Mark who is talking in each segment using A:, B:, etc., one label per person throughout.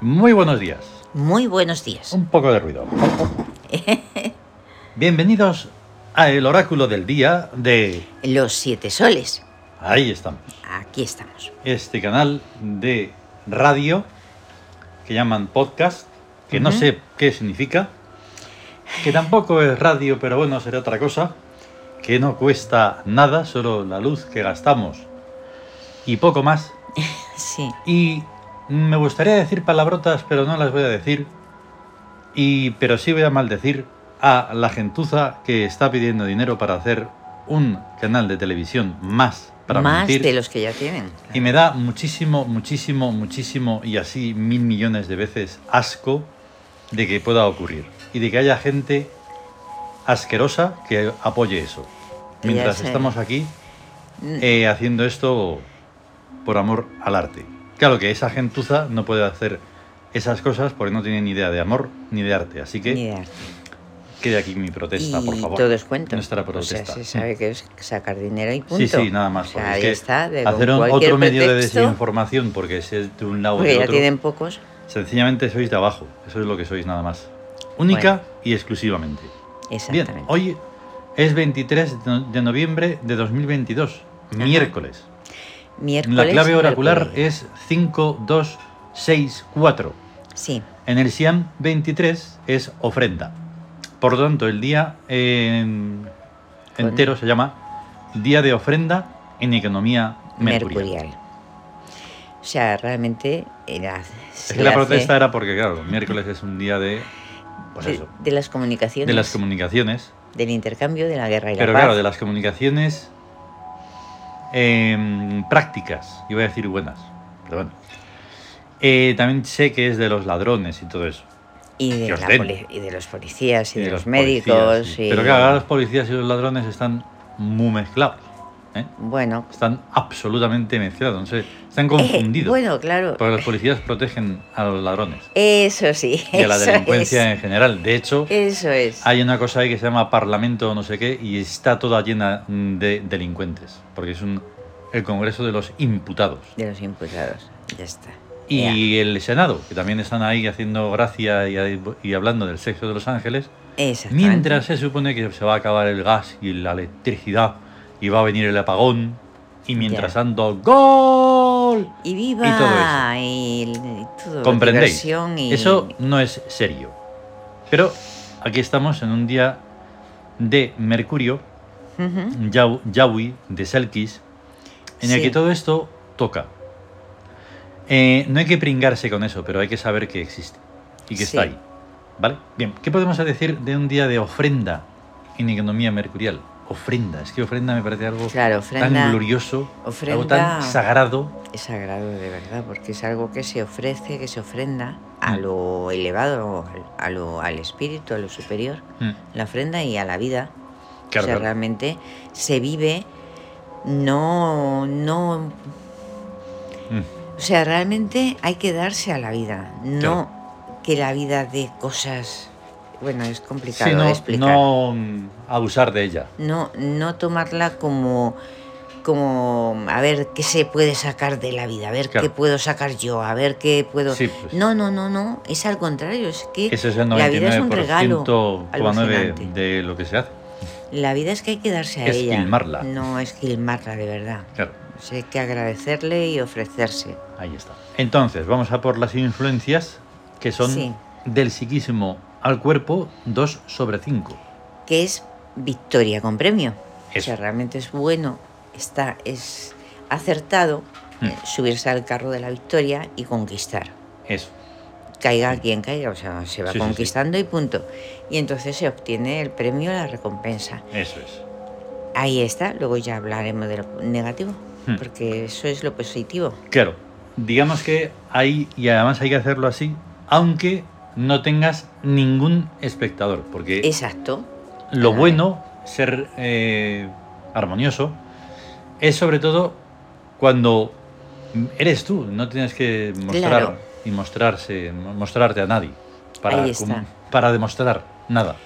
A: Muy buenos días.
B: Muy buenos días.
A: Un poco de ruido. Bienvenidos a el oráculo del día de...
B: Los siete soles.
A: Ahí estamos.
B: Aquí estamos.
A: Este canal de radio que llaman podcast, que no
B: Ujú.
A: sé qué significa, que tampoco es radio, pero bueno, será otra cosa, que no cuesta nada, solo la luz que gastamos y poco más.
B: Sí.
A: Y me gustaría decir palabrotas, pero no las voy a decir. Y pero sí voy a maldecir a la gentuza que está pidiendo dinero para hacer un canal de televisión más para
B: Más
A: mentir.
B: de los que ya tienen.
A: Y me da muchísimo, muchísimo, muchísimo y así mil millones de veces asco de que pueda ocurrir. Y de que haya gente asquerosa que apoye eso.
B: Ya
A: Mientras
B: sé. Mm.
A: estamos aquí eh, haciendo esto por amor al arte. Claro que esa gentuza no puede hacer esas cosas porque no tiene ni idea de amor ni de arte. Así que
B: Ni idea.
A: quede aquí mi protesta,
B: y
A: por favor.
B: todo es cuento.
A: Nuestra
B: o sea,
A: protesta.
B: se sabe que es sacar dinero y punto.
A: Sí, sí, nada más.
B: O
A: porque
B: sea,
A: es
B: ahí
A: que
B: está. De con
A: hacer un-
B: cualquier
A: otro medio de
B: pretexto,
A: desinformación porque es el de un lado o
B: Porque
A: del
B: ya
A: otro.
B: tienen pocos.
A: Sencillamente sois de abajo. Eso es lo que sois nada más. Única y exclusivamente. Bien,
B: Exactamente.
A: hoy es 23 de no- de noviembre de 2022,
B: Ajá.
A: miércoles.
B: Miércoles.
A: La clave oracular
B: miércoles.
A: es 5264.
B: Sí.
A: En el Siam 23 es ofrenda. Por lo tanto, el día eh, entero se llama Día de Ofrenda en Economía Mercurial.
B: Mercurial. O sea, realmente. eh, Era,
A: Es que la protesta era porque, claro, miércoles es un día de, pues
B: de,
A: eso,
B: de las comunicaciones.
A: de las comunicaciones.
B: del intercambio, de la guerra y
A: Pero
B: la paz.
A: claro, de las comunicaciones em, prácticas, iba a decir buenas, pero bueno. Eh, también sé que es de los ladrones y todo eso.
B: y,
A: que
B: de
A: os
B: la
A: den.
B: poli- y de los policías y, de, los,
A: policías,
B: médicos.
A: sí.
B: y-
A: Pero claro, ahora los policías y los ladrones están muy mezclados. ¿eh?
B: Bueno,
A: Están absolutamente mezclados. No sé, están
B: eh,
A: confundidos.
B: bueno, claro.
A: Porque los policías protegen a los ladrones
B: Eso sí.
A: y a la
B: eso
A: delincuencia en general. De hecho,
B: Es, eso es.
A: hay una cosa ahí que se llama Parlamento o no sé qué y está toda llena de delincuentes. Porque es un, el Congreso de los Imputados.
B: De los imputados. Ya está. Ya.
A: Y el Senado, que también están ahí haciendo gracia y, ahí- y hablando del sexo de los ángeles.
B: Exactamente.
A: Mientras se supone que se va a acabar el gas y la electricidad y va a venir el apagón. Y mientras
B: Ya.
A: tanto, ¡Gol!
B: Y viva.
A: y todo eso.
B: Y, y todo.
A: ¿Comprendéis?
B: diversión y-
A: Eso no es serio. Pero aquí estamos en un día de Mercurio,
B: Ujú.
A: Yau- Yahweh, de Selkis, en el
B: Sí.
A: que todo esto toca. Eh, no hay que pringarse con eso, pero hay que saber que existe y que está
B: Sí.
A: ahí. ¿Vale? Bien, ¿qué podemos decir de un día de ofrenda en economía mercurial? Ofrenda, es que ofrenda me parece algo
B: Claro, ofrenda.
A: tan glorioso, algo
B: ofrenda-
A: tan sagrado.
B: Es sagrado de verdad, porque es algo que se ofrece, que se ofrenda
A: Mm.
B: a lo elevado, al- a lo, al espíritu, a lo superior.
A: Mm,
B: La ofrenda y a la vida.
A: claro,
B: o sea,
A: claro.
B: realmente se vive, no, no,
A: Mm,
B: o sea, realmente hay que darse a la vida, no que la vida de cosas, bueno, es complicado
A: sí,
B: de
A: no,
B: explicar.
A: no, mm, abusar de ella.
B: No, no tomarla como, como, a ver qué se puede sacar de la vida, a ver
A: Claro.
B: qué puedo sacar yo, a ver qué puedo.
A: Sí, pues.
B: No, no, no, no, es al contrario, es que
A: Ese es el
B: la vida es un regalo.
A: 99,9%
B: alucinante.
A: de lo que se hace.
B: La vida es que hay que darse a
A: Es
B: ella.
A: filmarla.
B: No es filmarla, de verdad.
A: Claro.
B: O sea, hay que agradecerle y ofrecerse.
A: Ahí está. Entonces, vamos a por las influencias que son
B: Sí.
A: del psiquismo al cuerpo 2 sobre 5.
B: Que es victoria con premio. O sea,
A: Eso.
B: realmente es bueno, está, es acertado
A: Mm.
B: eh, subirse al carro de la victoria y conquistar.
A: Eso.
B: Caiga quien caiga, o sea, se va
A: Sí, sí, sí.
B: conquistando y punto. Y entonces se obtiene el premio, la recompensa.
A: Eso es.
B: Ahí está, luego ya hablaremos de lo negativo,
A: Mm.
B: porque eso es lo positivo.
A: Claro. Digamos que hay, y además hay que hacerlo así, aunque no tengas ningún espectador, porque
B: Exacto.
A: lo
B: Claro.
A: bueno, ser eh, armonioso, es sobre todo cuando eres tú, no tienes que mostrar
B: Claro.
A: y mostrarse, mo- mostrarte a nadie para,
B: Ahí está.
A: com- para demostrar nada.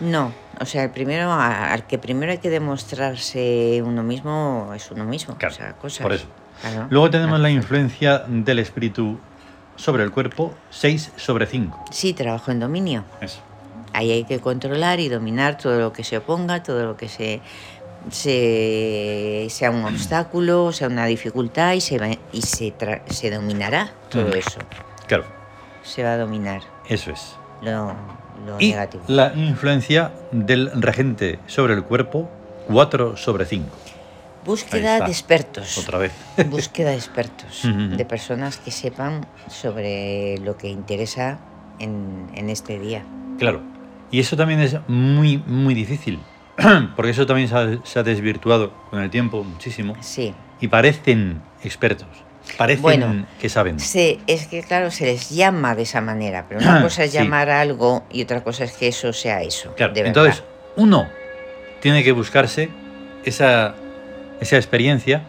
B: No, o sea, el primero, a- al que primero hay que demostrarse uno mismo es uno mismo.
A: Claro,
B: o sea, cosas.
A: por eso.
B: Claro.
A: Luego tenemos la influencia del espíritu sobre el cuerpo, 6 sobre 5.
B: Sí, trabajo en dominio.
A: Eso.
B: Ahí hay que controlar y dominar todo lo que se oponga, todo lo que se, se- sea un obstáculo, sea una dificultad y se, va- y se, tra- se dominará todo
A: Mm.
B: eso.
A: Claro,
B: Se va a dominar
A: eso es.
B: lo, lo
A: Y
B: negativo.
A: la influencia del regente sobre el cuerpo, 4 sobre 5. Ahí
B: Búsqueda
A: está.
B: de expertos.
A: Otra vez.
B: Búsqueda de expertos,
A: Ujú.
B: de personas que sepan sobre lo que interesa en, en este día.
A: Claro. Y eso también es muy, muy difícil. Porque eso también se ha, se ha desvirtuado con el tiempo muchísimo.
B: Sí.
A: Y parecen expertos. Parecen
B: Bueno,
A: que saben.
B: Se- es que, claro, se les llama de esa manera, pero una cosa es
A: Ah, Sí.
B: llamar a algo y otra cosa es que eso sea eso.
A: Claro,
B: de verdad.
A: entonces, uno tiene que buscarse esa, esa experiencia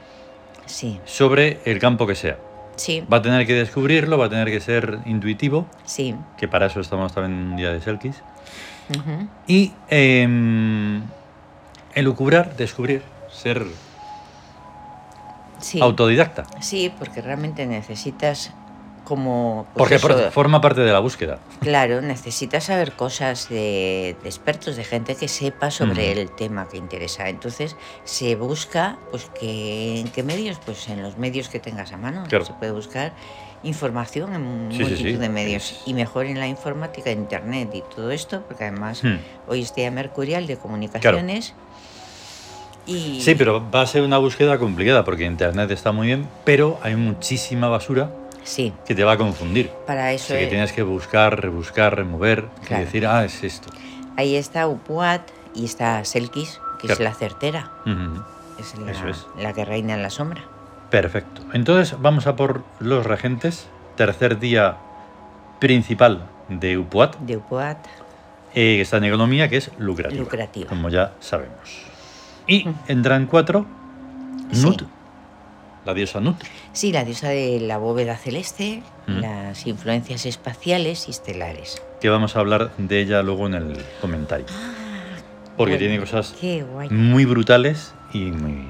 B: Sí,
A: sobre el campo que sea.
B: sí,
A: Va a tener que descubrirlo, va a tener que ser intuitivo,
B: sí.
A: que para eso estamos también en un día de Selkies.
B: ujú,
A: Y em, elucubrar, descubrir, ser
B: sí.
A: autodidacta.
B: Sí, porque realmente necesitas como... pues
A: Porque
B: eso,
A: por- forma parte de la búsqueda.
B: Claro, necesitas saber cosas de, de expertos, de gente que sepa sobre
A: Ujú.
B: el tema que interesa. Entonces se busca, pues, que, ¿en qué medios? Pues en los medios que tengas a mano.
A: Claro.
B: Se puede buscar información en
A: Sí, sí,
B: multitud
A: sí.
B: de medios.
A: Es-
B: Y mejor en la informática, internet y todo esto, porque además
A: Hmm.
B: hoy es día mercurial de comunicaciones. Y
A: Sí, pero va a ser una búsqueda complicada porque Internet está muy bien, pero hay muchísima basura
B: Sí,
A: que te va a confundir.
B: para
A: Así
B: eso
A: que
B: es-
A: tienes que buscar, rebuscar, remover
B: Claro.
A: y decir, ah, es esto.
B: ahí está UPUAT y está Selkis, que es
A: Claro.
B: la certera.
A: Ujú.
B: Es la,
A: Eso es.
B: la que reina en la sombra.
A: Perfecto. Entonces vamos a por los regentes. Tercer día principal de UPUAT,
B: De UPOAT,
A: eh, que está en economía, que es lucrativa. Mm.
B: Lucrativa.
A: Como ya sabemos. Y entran cuatro. Nut,
B: Sí.
A: la diosa Nut.
B: Sí, la diosa de la bóveda celeste,
A: Mm.
B: las influencias espaciales y estelares.
A: que vamos a hablar de ella luego en el comentario. Porque
B: Bueno,
A: tiene cosas Mm.
B: Qué guay.
A: muy brutales y muy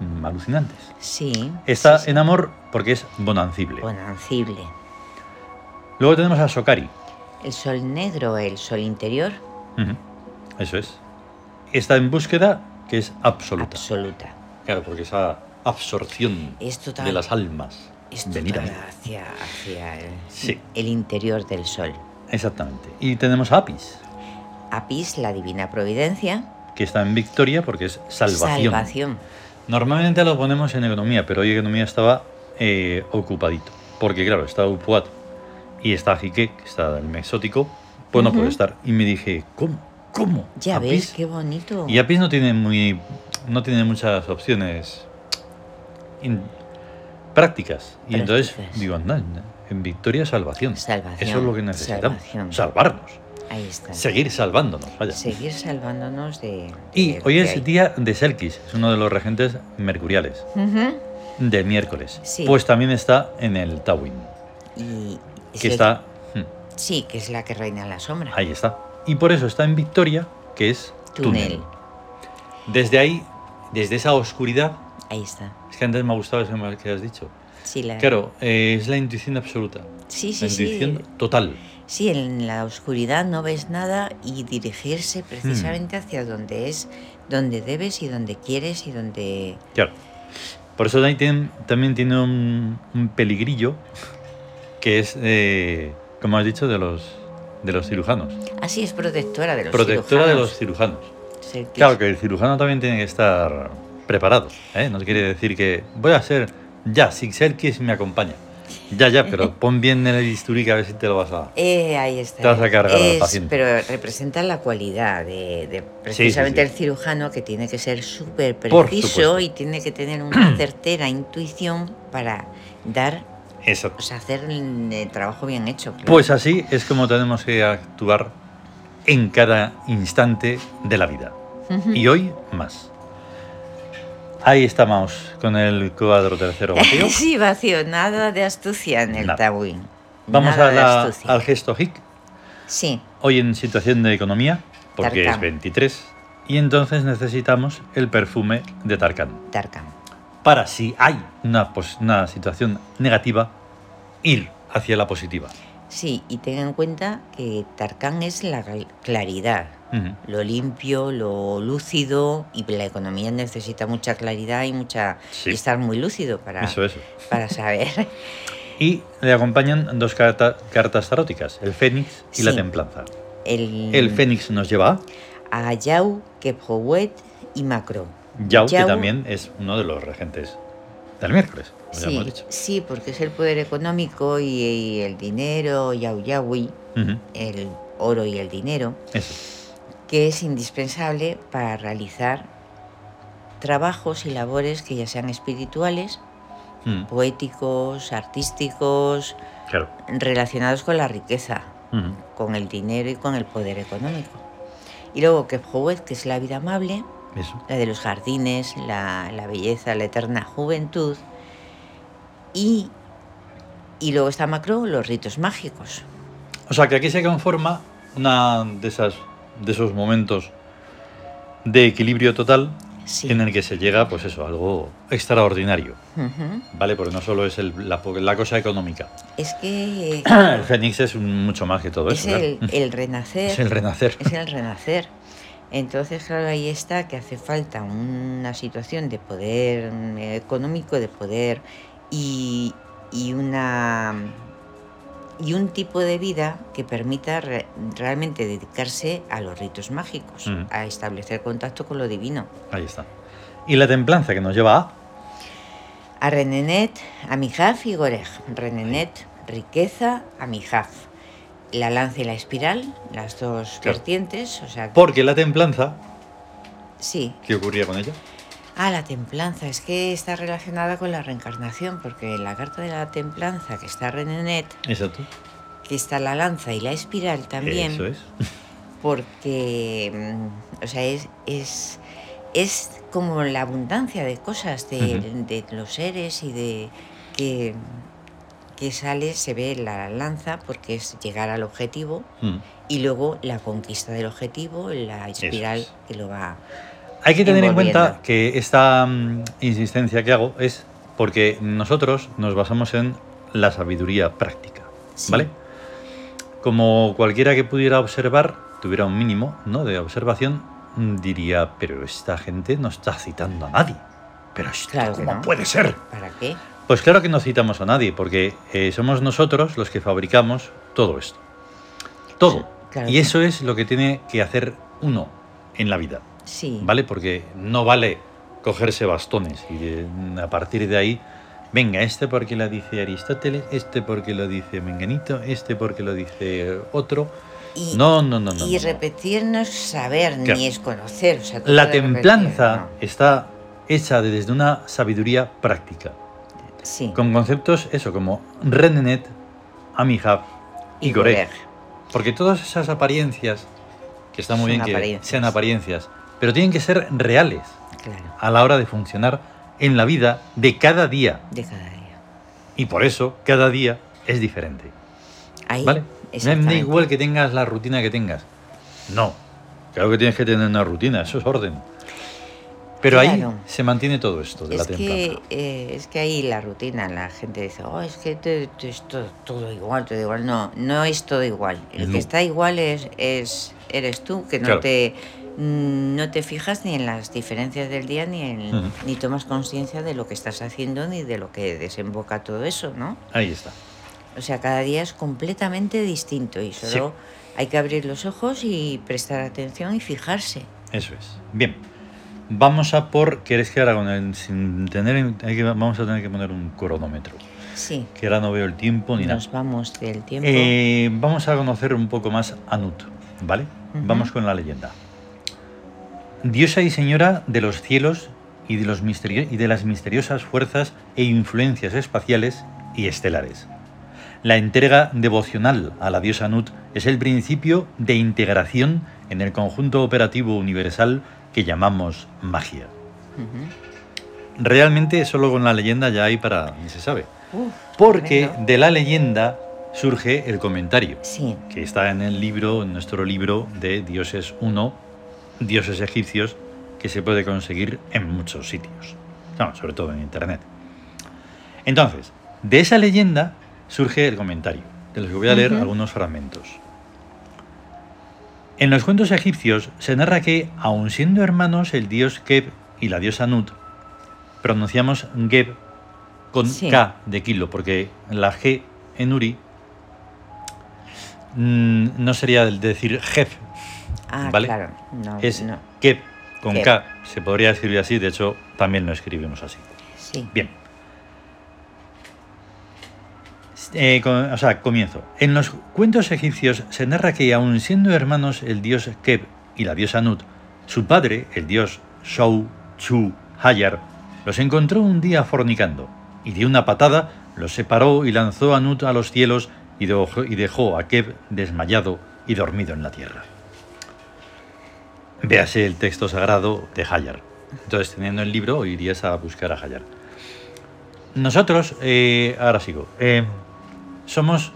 A: mm, alucinantes.
B: Sí.
A: Está
B: sí, sí.
A: en amor porque es bonancible.
B: Bonancible.
A: Luego tenemos a Sokari.
B: El sol negro, el sol interior,
A: Ujú, Eso es. Está en búsqueda que es absoluta.
B: absoluta.
A: claro, porque esa absorción
B: Es total.
A: de las almas.
B: Es
A: Venir a
B: total
A: mí.
B: hacia, hacia el,
A: Sí.
B: el interior del sol.
A: Exactamente. Y tenemos a Apis,
B: Apis, la divina providencia.
A: que está en victoria porque es salvación.
B: Salvación.
A: Normalmente lo ponemos en economía, pero hoy economía estaba eh, ocupadito. Porque claro, está Upuat y está Jique, E, que está el exótico, pues no puede
B: Ujú.
A: estar. Y me dije, ¿cómo? ¿Cómo?
B: Ya
A: ¿Apis?
B: ves, qué bonito.
A: Y Apis no tiene muy. no tiene muchas opciones in- prácticas. Y entonces
B: Prácticas.
A: digo, anda, en victoria salvación.
B: Salvación,
A: Eso es lo que necesitamos.
B: salvación.
A: Salvarnos.
B: Ahí está.
A: Seguir salvándonos. Vaya.
B: Seguir salvándonos de.
A: Y
B: de lo
A: hoy
B: que
A: es
B: hay.
A: día de Selkis, es uno de los regentes mercuriales.
B: Ujú.
A: del miércoles.
B: Sí.
A: Pues también está en el Tawin.
B: Y es
A: Que
B: el-
A: está. mm,
B: Sí, que es la que reina en la sombra.
A: Ahí está. Y por eso está en Victoria, que es túnel.
B: Túnel.
A: Desde ahí, desde esa oscuridad.
B: Ahí está.
A: Es que antes me ha gustado eso que has dicho.
B: Sí, la...
A: Claro, eh, es la intuición absoluta.
B: Sí,
A: la
B: sí, sí.
A: intuición total.
B: Sí, en la oscuridad no ves nada y dirigirse
A: Hmm.
B: precisamente hacia donde es, donde debes y donde quieres y donde...
A: Claro. Por eso ahí tienen- también tiene un, un peligrillo que es, eh, como has dicho, de los, de los cirujanos.
B: Así es protectora de los
A: Protectora de los
B: cirujanos.
A: cirujanos.
B: Sí, que-
A: Claro que el cirujano también tiene que estar preparado. ¿eh? No quiere decir que voy a ser ya, sin ser quien me acompaña. Ya, ya, pero pon bien el bisturí que a ver si te lo vas a dar.
B: Eh, ahí está.
A: Te vas a cargar al
B: Es-
A: paciente.
B: Pero representa la cualidad de, de precisamente el cirujano que tiene que ser súper
A: Por
B: preciso
A: supuesto.
B: y tiene que tener una certera intuición para dar
A: Eso.
B: O sea, hacer el eh, trabajo bien hecho. claro.
A: Pues así es como tenemos que actuar en cada instante de la vida.
B: Ujú.
A: Y hoy más. Ahí estamos con el cuadro tercero vacío.
B: sí, vacío, nada de astucia en el
A: Nada.
B: Tawin.
A: Vamos
B: Nada
A: a
B: de
A: la-
B: astucia.
A: al gesto hic.
B: Sí,
A: Hoy en situación de economía, porque es
B: Tarkan.
A: 23, y entonces necesitamos el perfume de Tarkan.
B: Tarkan.
A: Para si hay una, pos- una situación negativa, ir hacia la positiva.
B: Sí, y tengan en cuenta que Tarkan es la gal- claridad,
A: Ujú.
B: lo limpio, lo lúcido, y la economía necesita mucha claridad y mucha
A: Sí.
B: y estar muy lúcido para,
A: Eso, eso.
B: para saber.
A: Y le acompañan dos carta- cartas taróticas, el Fénix y la
B: Sí. Mm.
A: Templanza.
B: El,
A: El Fénix nos lleva a
B: a Yau, Keprowet y Macro.
A: Yao, que también es uno de los regentes del miércoles, como ya
B: sí,
A: hemos dicho.
B: sí, porque es el poder económico y, y el dinero, Yau Yaui,
A: Ujú,
B: el oro y el dinero,
A: eso.
B: que es indispensable para realizar trabajos y labores que ya sean espirituales,
A: Mm,
B: poéticos, artísticos,
A: claro.
B: relacionados con la riqueza,
A: Ujú,
B: con el dinero y con el poder económico. Y luego Kefjowet, que es la vida amable,
A: eso.
B: la de los jardines, la, la belleza, la eterna juventud. Y, y luego está Macro, los ritos mágicos.
A: O sea que aquí se conforma una de esas de esos momentos de equilibrio total
B: Sí.
A: en el que se llega, pues eso, a algo extraordinario,
B: Ujú.
A: ¿vale? Porque no solo es el- la, po- la cosa económica. Ah,
B: Es que eh,
A: El Fénix es un- mucho más que todo
B: es
A: eso. claro.
B: el, el renacer.
A: Pues, es el renacer.
B: es el renacer. Entonces, claro, ahí está que hace falta una situación de poder mm, económico, de poder y, y una y un tipo de vida que permita re- realmente dedicarse a los ritos mágicos,
A: Mm.
B: a establecer contacto con lo divino.
A: Ahí está. Y la templanza que nos lleva a
B: A Renenet, a Mijaf y Gorej. Renenet, riqueza, a Mijaf. La lanza y la espiral, las dos
A: Claro.
B: vertientes, o sea,
A: porque la templanza,
B: sí,
A: ¿qué ocurría con ella?
B: Ah, la templanza, es que está relacionada con la reencarnación, porque en la carta de la templanza, que está Renenet,
A: Exacto.
B: que está la lanza y la espiral también,
A: Eso es.
B: porque, mm, o sea, es, es, es como la abundancia de cosas, de,
A: Ujú.
B: de los seres y de que, que sale, se ve la lanza, porque es llegar al objetivo,
A: Mm.
B: y luego la conquista del objetivo, la espiral
A: es.
B: que lo va...
A: Hay que tener en cuenta
B: envolviendo.
A: que esta mm, insistencia que hago es porque nosotros nos basamos en la sabiduría práctica,
B: Sí.
A: ¿vale? Como cualquiera que pudiera observar, tuviera un mínimo ¿no? de observación, mm, diría, pero esta gente no está citando a nadie. Pero esto,
B: Claro que
A: ¿cómo
B: no.
A: puede ser?
B: ¿Para qué?
A: Pues claro que no citamos a nadie, porque eh, somos nosotros los que fabricamos todo esto. Todo.
B: Claro
A: Y
B: que-
A: eso es lo que tiene que hacer uno en la vida.
B: Sí.
A: ¿vale? Porque no vale cogerse bastones y de- a partir de ahí, venga, este porque lo dice Aristóteles, este porque lo dice Menganito, este porque lo dice otro.
B: Y-
A: No, no, no, no.
B: Y
A: no, no.
B: repetir no es saber
A: Claro.
B: ni es conocer. o sea, tú
A: La
B: puedes repetir,
A: templanza está hecha desde una sabiduría práctica,
B: ¿no? Sí.
A: con conceptos, eso, como Renenet, Amihab y Goreg.
B: Goreg.
A: Porque todas esas apariencias, que está muy
B: Son
A: bien que
B: apariencias.
A: sean apariencias, pero tienen que ser reales.
B: Claro,
A: a la hora de funcionar en la vida de cada día.
B: de cada día.
A: Y por eso cada día es diferente.
B: Ahí,
A: ¿Vale? No me da
B: exactamente.
A: igual que tengas la rutina que tengas. No. Claro que tienes que tener una rutina, eso es orden. Pero ahí
B: Claro.
A: se mantiene todo esto de
B: Es
A: la templanza.
B: que, eh, es que ahí la rutina, la gente dice, oh, es que te- te- es todo, todo igual, todo igual. No, no es todo igual. El
A: No.
B: que está igual es, es eres tú, que no
A: Claro.
B: te mm, no te fijas ni en las diferencias del día, ni, en,
A: Ujú.
B: ni tomas conciencia de lo que estás haciendo, ni de lo que desemboca todo eso, ¿no?
A: Ahí está.
B: O sea, cada día es completamente distinto y
A: Sí.
B: solo hay que abrir los ojos y prestar atención y fijarse.
A: Eso es. Bien. Vamos a por. ¿Quieres que ahora con el- sin tener. hay que- vamos a tener que poner un cronómetro.
B: Sí,
A: Que ahora no veo el tiempo ni nada.
B: nos vamos del tiempo.
A: Eh, vamos a conocer un poco más a Nut, ¿vale?
B: Ujú.
A: Vamos con la leyenda. Diosa y señora de los cielos y de, los misterio- y de las misteriosas fuerzas e influencias espaciales y estelares. La entrega devocional a la diosa Nut es el principio de integración en el conjunto operativo universal que llamamos magia.
B: Ujú.
A: realmente solo con la leyenda ya hay para... ni se sabe.
B: Uf,
A: Porque
B: tremendo.
A: de la leyenda surge el comentario,
B: Sí,
A: que está en el libro, en nuestro libro de Dioses 1, Dioses egipcios, que se puede conseguir en muchos sitios, no, sobre todo en Internet. Entonces, de esa leyenda surge el comentario, de los que voy a leer
B: Ujú.
A: algunos fragmentos. En los cuentos egipcios se narra que, aun siendo hermanos el dios Keb y la diosa Nut, pronunciamos Geb con
B: Sí.
A: K de kilo, porque la G en Uri mm, no sería el decir jef,
B: ah,
A: Vale.
B: claro. No,
A: es
B: no.
A: Keb con
B: Keb.
A: K. Se podría escribir así, de hecho, también lo escribimos así.
B: Sí.
A: Bien. Eh, con- o sea, comienzo. En los cuentos egipcios se narra que, aun siendo hermanos el dios Keb y la diosa Nut, su padre, el dios Shou Chu Hayar, los encontró un día fornicando y de una patada los separó y lanzó a Nut a los cielos y dejó- y dejó a Keb desmayado y dormido en la tierra. Véase el texto sagrado de Hayar. Entonces, teniendo el libro, irías a buscar a Hayar. Nosotros, eh, ahora sigo, eh, somos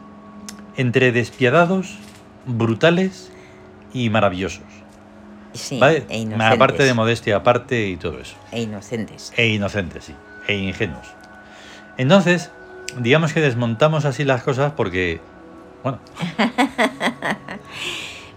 A: entre despiadados, brutales y maravillosos.
B: Sí,
A: ¿vale?
B: e inocentes.
A: Aparte de modestia, aparte y todo eso.
B: E inocentes.
A: E inocentes, sí. E ingenuos. Entonces, digamos que desmontamos así las cosas porque, bueno,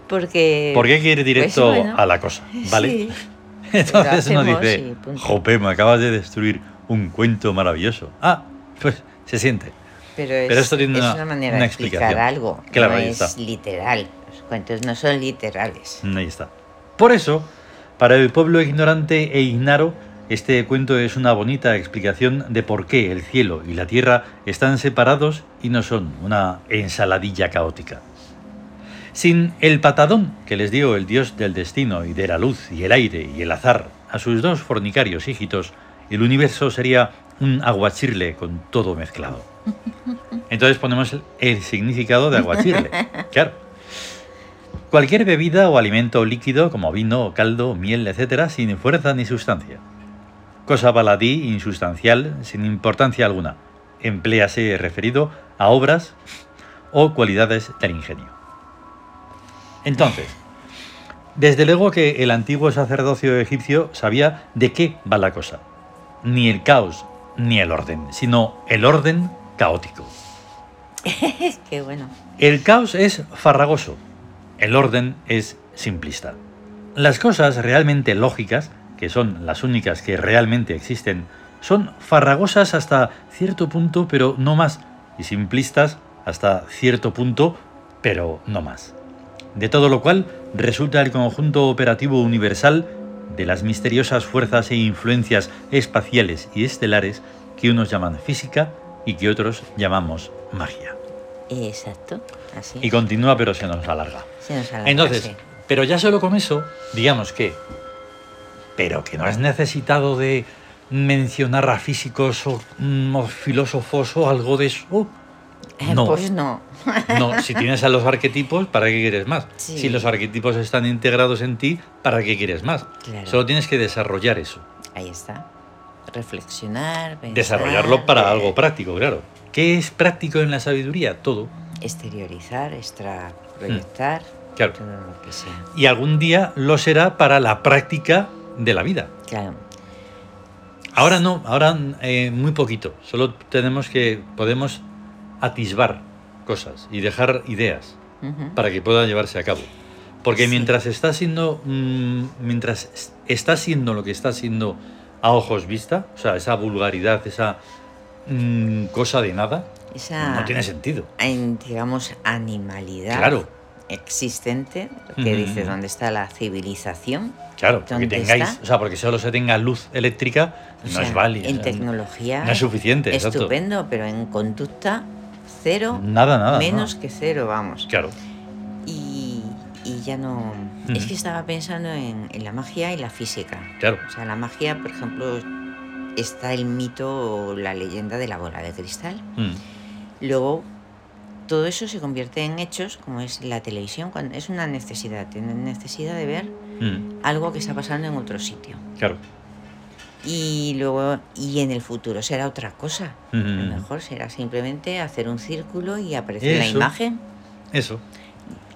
B: Porque...
A: ¿por qué quiere directo
B: pues bueno.
A: a la cosa? ¿Vale?
B: Sí,
A: Entonces
B: Lo
A: uno
B: hacemos y
A: dice,
B: punto.
A: jope, me acabas de destruir un cuento maravilloso. Ah, pues se siente.
B: pero es,
A: Pero esto tiene
B: es
A: una-
B: una, manera
A: una
B: de explicar
A: explicación.
B: algo.
A: Claro,
B: no
A: ahí
B: es
A: está.
B: literal. Los cuentos no son literales.
A: Ahí está. Por eso, para el pueblo ignorante e ignaro, este cuento es una bonita explicación de por qué el cielo y la tierra están separados y no son una ensaladilla caótica. Sin el patadón que les dio el dios del destino y de la luz y el aire y el azar a sus dos fornicarios hijitos, el universo sería un aguachirle con todo mezclado. Entonces ponemos el- el significado de aguachirle, claro. Cualquier bebida o alimento líquido como vino o caldo, miel, etcétera, sin fuerza ni sustancia. Cosa baladí, insustancial, sin importancia alguna. Empléase referido a obras o cualidades del ingenio. Entonces, desde luego que el antiguo sacerdocio egipcio sabía de qué va la cosa. Ni el caos ni el orden, sino el orden caótico.
B: Es
A: Mm.
B: que bueno.
A: El caos es farragoso, el orden es simplista. Las cosas realmente lógicas, que son las únicas que realmente existen, son farragosas hasta cierto punto, pero no más, y simplistas hasta cierto punto, pero no más. De todo lo cual resulta el conjunto operativo universal de las misteriosas fuerzas e influencias espaciales y estelares que unos llaman física y que otros llamamos magia.
B: Eh, Exacto. Así.
A: Y continúa, pero se nos alarga.
B: Se nos alarga,
A: Entonces,
B: Ah, sí.
A: pero ya solo con eso, digamos que. Pero que no has necesitado de mencionar a físicos o, mm, o filósofos o algo de eso.
B: Eh,
A: no.
B: Pues no.
A: No, si tienes a los arquetipos, ¿para qué quieres más?
B: Sí.
A: Si los arquetipos están integrados en ti, ¿para qué quieres más?
B: Claro.
A: Solo tienes que desarrollar eso.
B: Ahí está. Reflexionar, pensar,
A: Desarrollarlo para
B: eh,
A: algo práctico, claro. ¿Qué es práctico en la sabiduría? Todo.
B: Exteriorizar, extraproyectar,
A: Claro.
B: todo lo que sea.
A: Y algún día lo será para la práctica de la vida.
B: Claro.
A: Ahora no, ahora eh, muy poquito. Solo tenemos que podemos atisbar cosas y dejar ideas
B: Ujú.
A: para que puedan llevarse a cabo. Porque
B: Sí.
A: mientras está siendo, mm, mientras es- está siendo lo que está siendo a ojos vista, o sea, esa vulgaridad, esa mm, cosa de nada,
B: Esa,
A: no tiene sentido.
B: en, digamos, animalidad
A: Claro, Hmm.
B: existente, que
A: Ujú.
B: dice dónde está la civilización.
A: claro, porque
B: ¿Dónde
A: tengáis,
B: está?
A: o sea, porque solo se tenga luz eléctrica
B: O
A: no
B: sea,
A: es válido.
B: En
A: o sea,
B: tecnología.
A: no es suficiente, exacto.
B: Estupendo, pero en conducta, cero.
A: Nada, nada.
B: menos
A: nada.
B: que cero, vamos.
A: Claro.
B: Y, y ya no. Es
A: Ujú.
B: que estaba pensando en, en la magia y la física.
A: Claro.
B: O sea, la magia, por ejemplo, está el mito o la leyenda de la bola de cristal.
A: Mm.
B: Luego, todo eso se convierte en hechos, como es la televisión, cuando es una necesidad. Tienen necesidad de ver
A: Mm,
B: algo que está pasando en otro sitio.
A: claro.
B: y luego y en el futuro será otra cosa. A
A: Ujú.
B: lo mejor será simplemente hacer un círculo y aparecer la
A: Eso.
B: imagen.
A: Eso.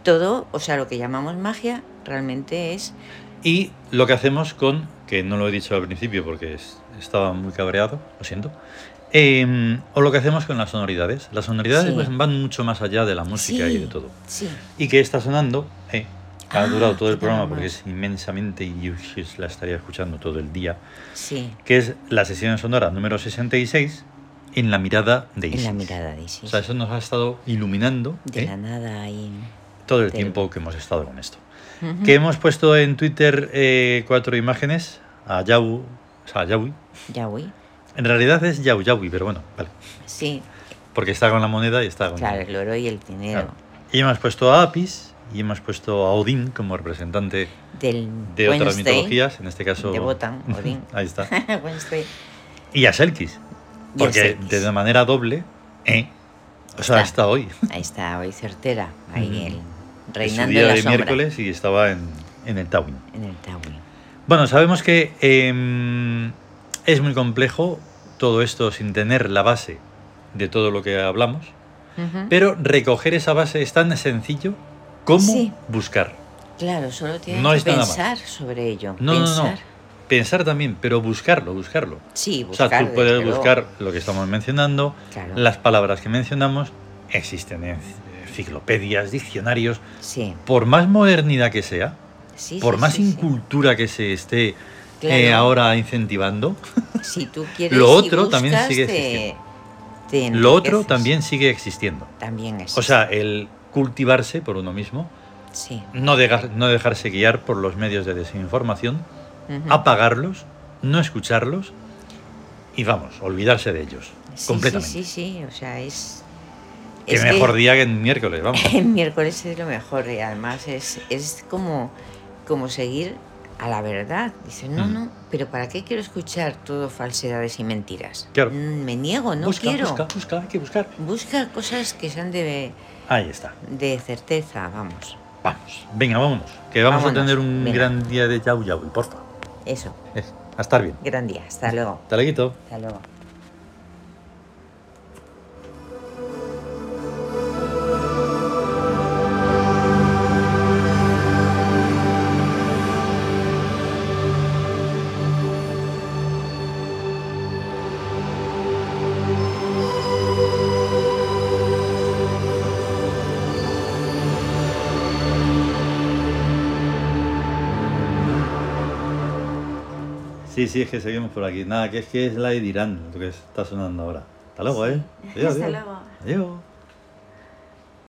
B: Todo, o sea, lo que llamamos magia realmente es
A: Y lo que hacemos con, que no lo he dicho al principio porque es- estaba muy cabreado, lo siento, eh, o lo que hacemos con las sonoridades. Las sonoridades
B: Sí.
A: pues, van mucho más allá de la música y de
B: Sí.
A: todo.
B: sí,
A: Y que está sonando, eh, ha
B: Ah,
A: durado todo el
B: qué
A: programa
B: drama.
A: porque es inmensamente y ush, la estaría escuchando todo el día,
B: sí,
A: que es la sesión sonora número 66 en la mirada de Isis.
B: en la mirada de Isis.
A: O sea, eso nos ha estado iluminando
B: de
A: eh,
B: la nada ahí.
A: todo el
B: del-
A: tiempo que hemos estado con esto.
B: Ujú.
A: Que hemos puesto en Twitter eh, cuatro imágenes a Yau, o sea, a Yaui.
B: Ya voy.
A: En realidad es Yau Yaui, pero bueno, vale.
B: Sí,
A: Porque está con la moneda y está con...
B: claro, el oro y el dinero.
A: Claro. Y hemos puesto a Apis y hemos puesto a Odín como representante
B: Del
A: de otras
B: Wednesday,
A: mitologías, en este caso...
B: de Botan, Odín.
A: Ahí está.
B: Wednesday.
A: Y a Selkis.
B: Y a
A: Porque
B: Selkis.
A: de manera doble, eh, o sea,
B: Está.
A: está hoy.
B: Ahí está, hoy certera,
A: Ujú.
B: ahí el
A: es su
B: reinando
A: día
B: en la
A: de
B: sombra.
A: miércoles y estaba en, en el Tawin.
B: En el Tawi.
A: Bueno, sabemos que em, es muy complejo todo esto sin tener la base de todo lo que hablamos,
B: Ujú.
A: pero recoger esa base es tan sencillo como
B: Sí.
A: buscar.
B: Claro, solo tienes
A: No
B: que
A: está nada mal.
B: pensar sobre ello.
A: No,
B: pensar.
A: no, no. Pensar también, pero buscarlo, buscarlo.
B: Sí,
A: o sea,
B: buscar.
A: tú puedes
B: desde luego.
A: buscar lo que estamos mencionando,
B: Claro.
A: las palabras que mencionamos, existen en enciclopedias, diccionarios,
B: Sí,
A: por más modernidad que sea,
B: sí.
A: por
B: sí,
A: más
B: sí, sí.
A: incultura que se esté eh,
B: Claro.
A: ahora incentivando,
B: Si tú quieres.
A: Lo
B: y
A: otro también
B: buscas,
A: sigue
B: te- te
A: Lo otro
B: enriqueces.
A: también sigue existiendo.
B: También es.
A: O sea, el cultivarse por uno mismo,
B: sí.
A: no, dejar- no dejarse guiar por los medios de desinformación,
B: Ujú.
A: ah, apagarlos, no escucharlos y vamos, olvidarse de ellos
B: Sí,
A: completamente.
B: Sí, sí, sí. O sea, es.
A: Qué
B: es que-
A: mejor día que en miércoles, vamos.
B: El miércoles es lo mejor y además es, es como, como seguir a la verdad. Dices, no,
A: Mm.
B: no, pero ¿para qué quiero escuchar todo falsedades y mentiras?
A: Claro.
B: Mm, Me niego, no
A: busca,
B: quiero.
A: busca, busca, hay que buscar.
B: Busca cosas que sean de,
A: Ahí está.
B: de certeza, vamos.
A: Vamos. Venga, vámonos. Que vamos a
B: Vámonos,
A: tener un
B: venga.
A: gran día de Yau Yau, porfa.
B: Eso,
A: Eh, A estar bien.
B: gran día. Hasta luego.
A: Hasta luego.
B: Hasta luego.
A: Sí, sí, es que seguimos por aquí. Nada, que es que es la de Irán, lo que está sonando ahora. Hasta luego, ¿eh?
C: Hasta
A: adiós.
C: luego.
A: adiós.